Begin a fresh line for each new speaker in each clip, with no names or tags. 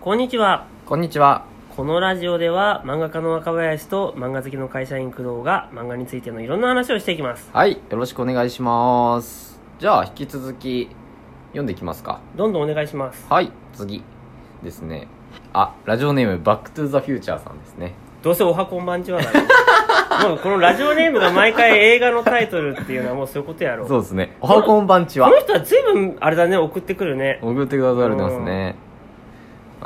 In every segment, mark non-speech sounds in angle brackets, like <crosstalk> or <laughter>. こんにちは。
こんにちは。
このラジオでは漫画家の若林と漫画好きの会社員工藤が漫画についてのいろんな話をしていきます。
はい、よろしくお願いします。じゃあ、引き続き、読んでいきますか。
どんどんお願いします。
はい、次ですね。あ、ラジオネーム、バックトゥーザフューチャーさんですね。
どうせおはこんばんちはだ
<laughs>
ろもうこのラジオネームが毎回映画のタイトルっていうのはもうそういうことやろ。
そうですね。おはこんばんち
こ
は
の。人は随分あれだね、送ってくるね。
送ってくだされてますね。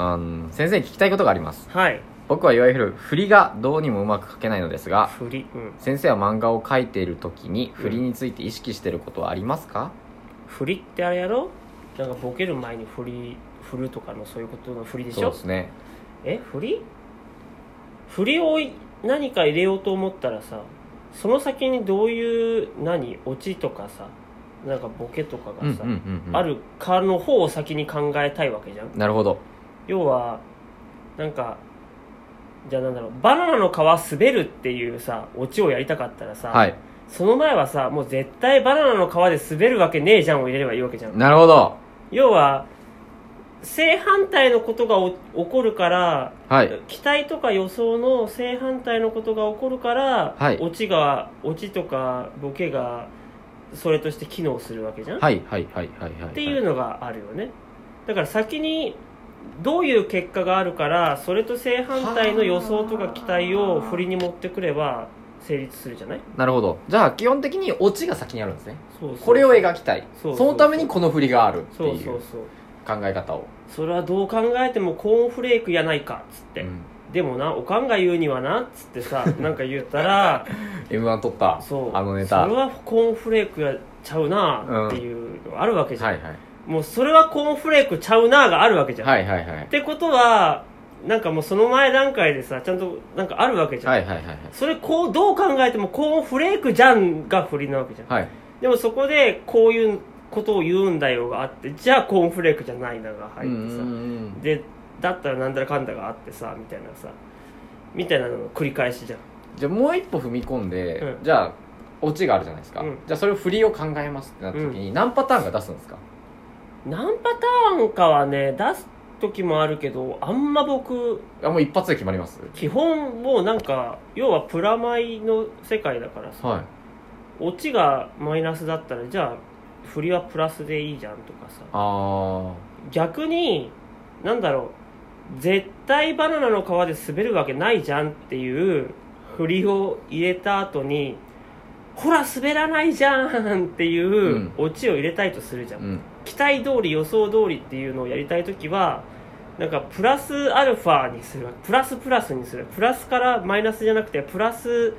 あの、先生に聞きたいことがあります。
はい。
僕はいわゆる振りがどうにもうまく書けないのですが、
振り。うん。
先生は漫画を描いている時に振りについて意識していることはありますか、
振りってあれやろなんかボケる前に振り、振るとかのそういうことの振りでし
そう
ょ
ですね。
え振り振りをい何か入れようと思ったらさその先にどういう何オチとかさなんかボケとか
うんう
が
ん
さ、
うん、うん。
あ。るかの方を先に考えたいわけじゃん
なるほど。
要はなんかじゃあなんだろうバナナの皮滑るっていうさオチをやりたかったらさ、
はい。
その前はさもう絶対バナナの皮で滑るわけねえじゃんを入れればいいわけじゃん
なるほど。
要は正反対のことがお起こるから
はい。
期待とか予想の正反対のことが起こるから、
はい
オチがオチとかボケがそれとして機能するわけじゃん、
はいはいはいはいはい。
っていうのがあるよねだから先にどういう結果があるからそれと正反対の予想とか期待を振りに持ってくれば成立するじゃない
なるほど。じゃあ、基本的にオチが先にあるんですね。
そうそう
これを描きたい。
そうそうそう
そのためにこの振りがあるって
そう
い
そううそう
考え方を。
それはどう考えてもコーンフレークやないかっつって、
うん
でもなおかんが言うにはなっつってさなんか言ったら
M1 撮った
そう、
あのネタ。
それ
は
はコーンフレークやちゃうなっていうのがあるわけ
い
じゃん、
はい。
もうそれはコーンフレークちゃうながあるわけじゃん、
はいはいはい
っ。てことはなんかもうその前段階でさちゃんとなんかあるわけじゃん、
はいはいはいはい。
それこうどう考えてもコーンフレークじゃんが振りなわけじゃん、
はい。
でもそこでこういうことを言うんだよがあってじゃあコーンフレークじゃないなが入
う
ってさ、
ん。
でだったらなんだらかんだがあってさみたいなさみたいなのの繰り返しじゃん
じゃあ、もう一歩踏み込んで、
うん
じゃあ、オチがあるじゃないですか。
うん
じゃあ、それを振りを考えますってなった時に、何パターンが出すんですか
何パターンかはね出す時もあるけどあんま僕
あ、もう一発で決まります
基本もうなんか要はプラマイの世界だからさ
は
オチがマイナスだったらじゃあ振りはプラスでいいじゃんとかさ
い。あ
逆になんだろう絶対バナナの皮で滑るわけないじゃんっていう振りを入れた後にほら滑らないじゃんっていうオチを入れたいとするじゃ
ー。
ん
うん。
期待通り予想通りっていうのをやりたい時はなんかプラスアルファにするプラスプラスにするプラスからマイナスじゃなくてプラス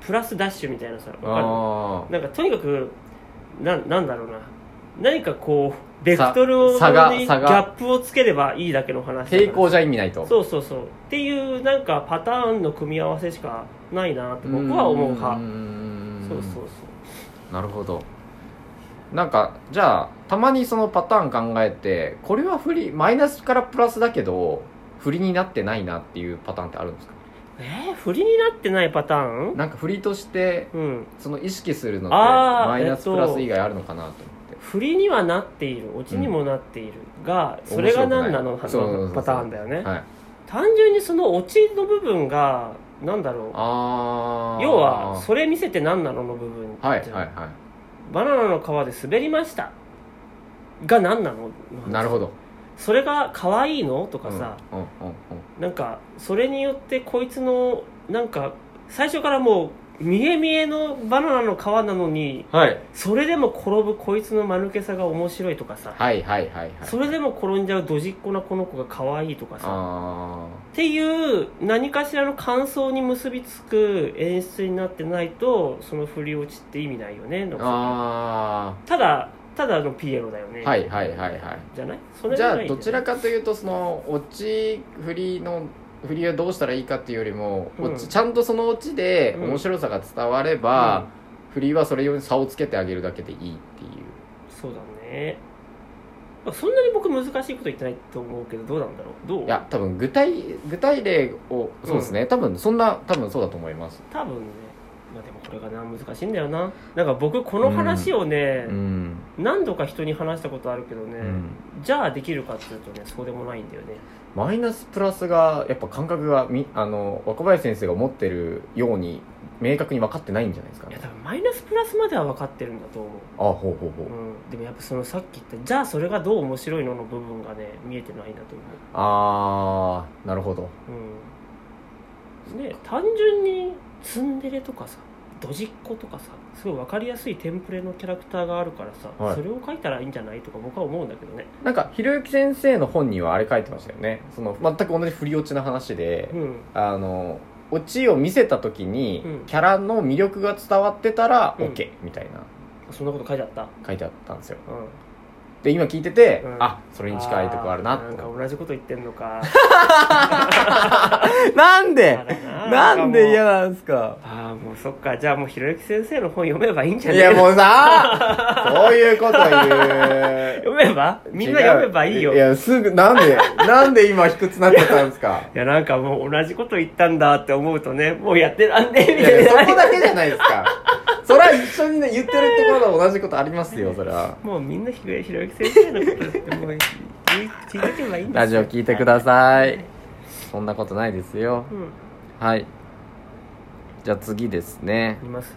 プラスダッシュみたいなさわか
あ
るなんかとにかくななんだろうな何かこうベクトルを
さ差が
にギ
差
ャ
が
ップをつければいいだけの
ー。
話だから
抵抗じゃ意味ないと。
そうそうそうっていうなんかパターンの組み合わせしかないなって僕は思う派
ん
そうそうそう
なるほどなんかじゃあたまにそのパターン考えてこれは振りマイナスからプラスだけど振りになってないなっていうパターンってあるんですか
えー、振りになってないパターン
なんか振りとして
うん
その意識するのって
あー
マイナ
えっ
ス
と
プラス以外あるのかなと思って、
振りにはなっているオチにもなっている、が
面白くない
それが何なの
そうそうそうそう
パターンだよね、
はい、
単純にそのオチの部分が何だろ
あ
う
あ
要はそれ見せて何なのの部分じゃん
はいはいは
バナナの皮で滑りましたが何なの
いなるほど
それが可愛いのとかさ、
うんうんうんうん
なんかそれによってこいつのなんか最初からもう見え見えのバナナの皮なのに
はい
それでも転ぶこいつの間抜けさが面白いとかさ、
はいはいはいはい
それでも転んじゃうドジっ子なこの子が可愛いとかさ
あ
っていう何かしらの感想に結びつく演出になってないとその振り落ちって意味ないよね
ー
の
あ
ただただのピエロだよね
ーはいはいはいはい
じゃないそれ
じゃ
が
あ
いい
どちら
か
かというとそのオチ振りの振りはどうしたらいいかっていうよりも、
うん
オチちゃんとそのオチで
うん
面白さが伝われば、振りはそれ用に差をつけてあげるだけでいいっていう
そうだねまあそんなに僕難しいこと言ってないと思うけどどうなんだろうどう
いや多分具体具体例をそうですね、多分そんな多分そうだと思います
多分ねまあでもこれがな難しいんだよななんか僕この話をね、
うん
何度か人に話したことあるけどね、
うん
じゃあできるかっていうとねそうでもないんだよね
マイナスプラスがやっぱ感覚がみあの若林先生が持ってるように明確に分かってないんじゃないですか
い
ね
や多分マイナスプラスまでは分かってるんだと思う
あほうほうほう、
うん、でもやっぱそのさっき言ったじゃあそれがどう面白いのの部分がね見えてないなと思
ああなるほど
う、うん、で単純にツンデレとかさドジっ子とかさすごい分かりやすいテンプレのキャラクターがあるからさ、
はい
それを書いたらいいんじゃないとか僕は思うんだけどね
なんかひろゆき先生の本にはあれ書いてましたよねその全く同じ振り落ちの話で、
うん
あのオチを見せた時に、
うん
キャラの魅力が伝わってたら
うん
OK、みたいな
そんなこと書いてあった、
書いてあったんですよ
うん、
で今聞いてて、
うん
あそれに近いとこあるな
ー
って
んか同じこと言ってんのか
なんで
あるな
<laughs> なんで嫌
あ
なんですか
あーもうそっかじゃあもうひろゆき先生の本読めばいいんじゃ
い
ね
やもうさ
<laughs>
そういうこと言う
読めば <laughs> みんな読めばいいよ
違ういやすぐなんでなんで今卑屈なっちゃったんですか
いやなんかもう同じこと言ったんだって思うとねもうやってらんねえ
い
みた
や
いな
そこだけじゃないで
<laughs>
すかそれは一緒にね言ってるってことは同じことありますよそれは
もうみんなひろひろゆき先生のことってもう聞いてけばいいんですよ
ラジオ聞いてくださいそんなことないですよ
うん
はいじゃあ次ですね
います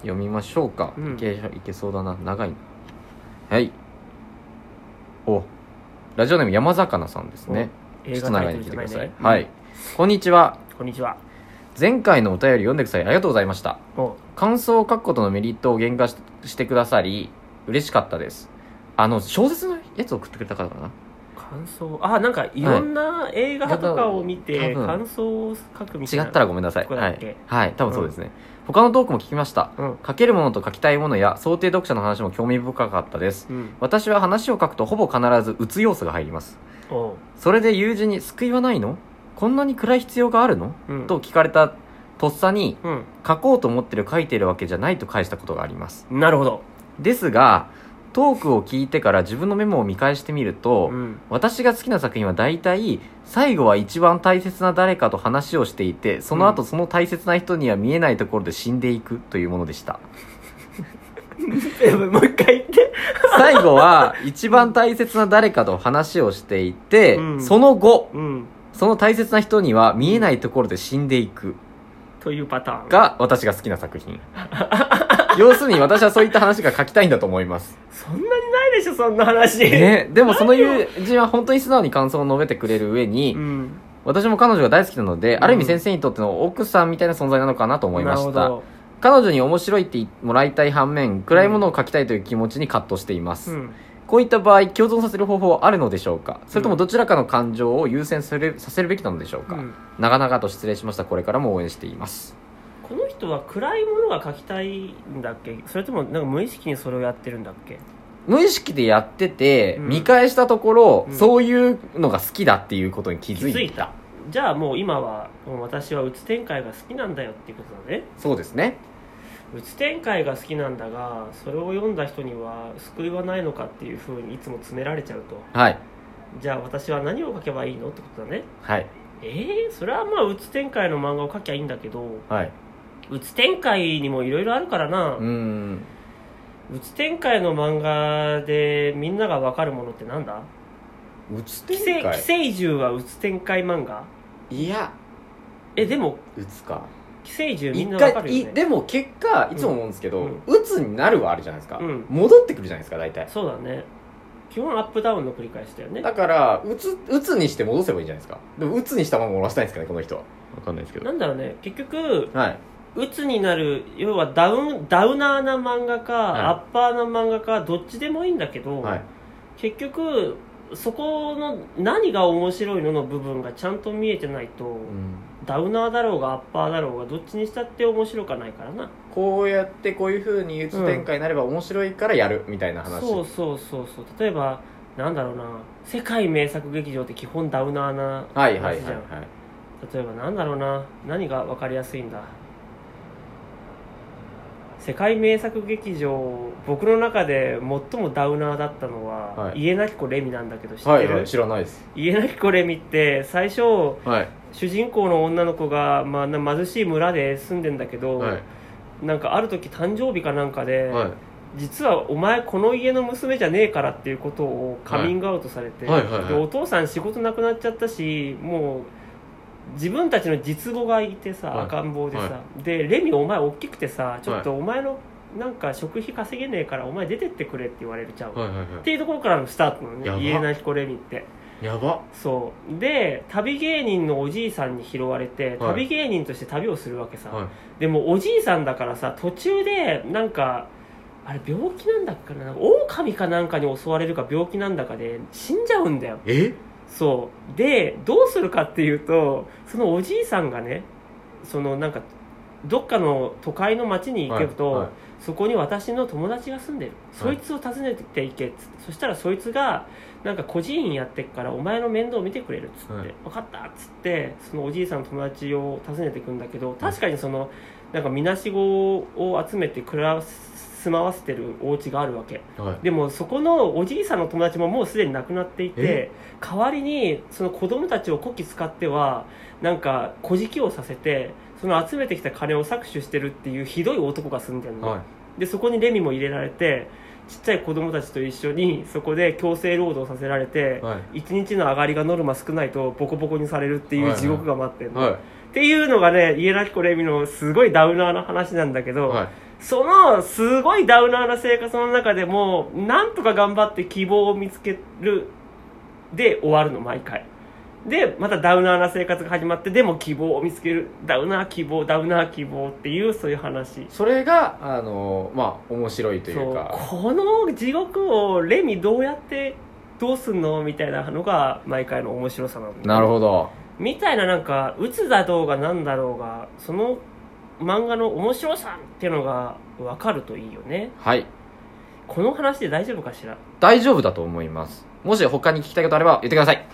読みましょうか、
うん
いけいけそうだな長いなはいおラジオネーム山魚さんですねちょ
映
っと
画
長
タ
い
イ
の
ト
聞
ル
い
じゃない
てください、
ね
はいこんにちは
こんにちは
前回のお便り読んでくださいありがとうございました
お
感想を書くことのメリットを言語ししてくださり嬉しかったですあの小説のやつを送ってくれたからかな
感想あなんかいろんな映画とかを見
多
て
分
感想を書くみたいな
違ったらごめんなさい
ここだ
は
っけ
い、はい、多分そうですね、他のトークも聞きました
うん
書けるものと書きたいものや想定読者の話も興味深かったです
うん
私は話を書くとほぼ必ずうつ要素が入ります
おう
それで友人に救いはないのこんなに暗い必要があるの
うん
と聞かれたとっさに
うん
書こうと思ってる書いてるわけじゃないと返したことがあります
なるほど
ですがトークを聞いてから自分のメモを見返してみると、
うん
私が好きな作品は大体最後は一番大切な誰かと話をしていてその後その大切な人には見えないところで死んでいくというものでした
えもう一回言って
最後は一番大切な誰かと話をしていて、
うん
その後
うん
その大切な人には見えないところで死んでいく
というパターン
が私が好きな作
<laughs>
品要するに私はそういった話が書きたいんだと思います、
そんなにないでしょそんな話
ね、でもその友人は本当に素直に感想を述べてくれる上に、
うん
私も彼女が大好きなので、
うん
ある意味先生にとっての奥さんみたいな存在なのかなと思いまし
なる
た
ほ
彼女に面白いって言ってもらいたい反面暗いものを書きたいという気持ちに葛藤しています、
どうん
こういった場合共存させる方法はあるのでしょうかそれともどちらかの感情を優先するさせるべきなのでしょう
う
か、
ん
長々と失礼しましたこれからも応援しています
この人は暗いものが描きたいんだっけそれともなんか無意識にそれをやってるんだっけ
無意識でやってて、
うん
見返したところ、
うん
そういうのが好きだっていうことに気づいた
じゃあもう今はもう私はうつ展開が好きなんだよっていうことだね
そうですね
うつ展開が好きなんだがそれを読んだ人には救いはないのかっていうふうにいつも詰められちゃうと
はい
じゃあ私は何を描けばいいのってことだね
はい
えー、それはまあうつ展開の漫画を描きゃいいんだけど
はいう
つ展開にもいろいろあるからな
ーん
うつ展開の漫画でみんなが分かるものってなんだ
うつ
寄生寄生獣はうつ展開漫画
いや
えでも
うつか
寄生獣み
一
んなわか
回
るよ
い
ね
でも結果いつも思うんですけど、
う
うんつになるはあるじゃないですか、
うん
戻ってくるじゃないですか大体
そうだね基本アップダウンの繰り返しだよね
だからうつうつにして戻せばいいんじゃないですかでもうつにしたまま戻したいんですかねこの人は分かんないですけ
なんだろうね結局
はい、
鬱になる要はダウンダウナーな漫画か、
い
アッパーな漫画かどっちでもいいんだけど、
はい、
結局そこの何が面白いのの部分がちゃんと見えてないと、
うん
ダウナーだろうがアッパーだろうがどっちにしたって面白かないからな
こうやってこういうふうにうつ展開になれば面白いからやるみたいな話、
そうそうそうそう例えばなんだろうな世界名作劇場って基本ダウナーな
はいは
話
いはい
じゃ
は
ん
い
例えばなんだろうな何が分かりやすいんだ世界名作劇場僕の中で最もダウナーだったのは、
はい
家なき子レミなんだけど知ってる、
はいはい知らないです
家なき子レミって最初
はい
主人公の女の子が、まあ、な貧しい村で住んでんだけど、
はい
なんかある時誕生日かなんかで、
はい
実はお前この家の娘じゃねえからっていうことをカミングアウトされて、
はいはいはいはい
でお父さん仕事なくなっちゃったしもう自分たちの実母がいてさ、
はい
赤ん坊でさ、
は
でレミお前大きくてさちょっとお前のなんか食費稼げねえからお前出てってくれって言われるちゃう、
はいはいは
っていうところからのスタート
や
なの
ば
ね家なき子レミって
いやば
そうで旅芸人のおじいさんに拾われて、旅芸人として旅をするわけさ、
はい
でもおじいさんだからさ途中でなんかあれ病気なんだっけかななんか狼かなんかに襲われるか病気なんだかで死んじゃうんだよ
え
そうでどうするかっていうとそのおじいさんがねそのなんかどっかの都会の町に行けると、
はいはい
そこに私の友達が住んでるそいつを訪ねていけっつって、そしたらそいつがなんか孤児院やってっからお前の面倒見てくれるっつって、
はい
分かったっつってそのおじいさんの友達を訪ねていくんだけど確かにそのなんかみなしごを集めて暮らす住まわせてるお家があるわけ
はい
でもそこのおじいさんの友達ももうすでに亡くなっていて
え
代わりにその子供たちをこき使ってはなんか小じきをさせてその集めてきた金を搾取してるっていうひどい男が住んでるの、
はい
でそこにレミも入れられてちっちゃい子供たちと一緒にそこで強制労働させられて、
はい
一日の上がりがノルマ少ないとボコボコにされるっていう地獄が待ってるの、
は
っていうのがね家なき子レミのすごいダウナーな話なんだけ
い
ど、
はい
そのすごいダウナーな生活の中でもなんとか頑張って希望を見つけるで終わるの毎回でまたダウナーな生活が始まってでも希望を見つけるダウナー希望ダウナー希望っていうそういう話
それがあのまあ面白いというか
そうこの地獄をレミどうやってどうすんのみたいなのが毎回の面白さなの
なるほど
みたいななんか鬱だろうがなんだろうがその漫画の面白さっていうのが分かるといいよね
はい
この話で大丈夫かしら
大丈夫だと思いますもし他に聞きたいことあれば言ってください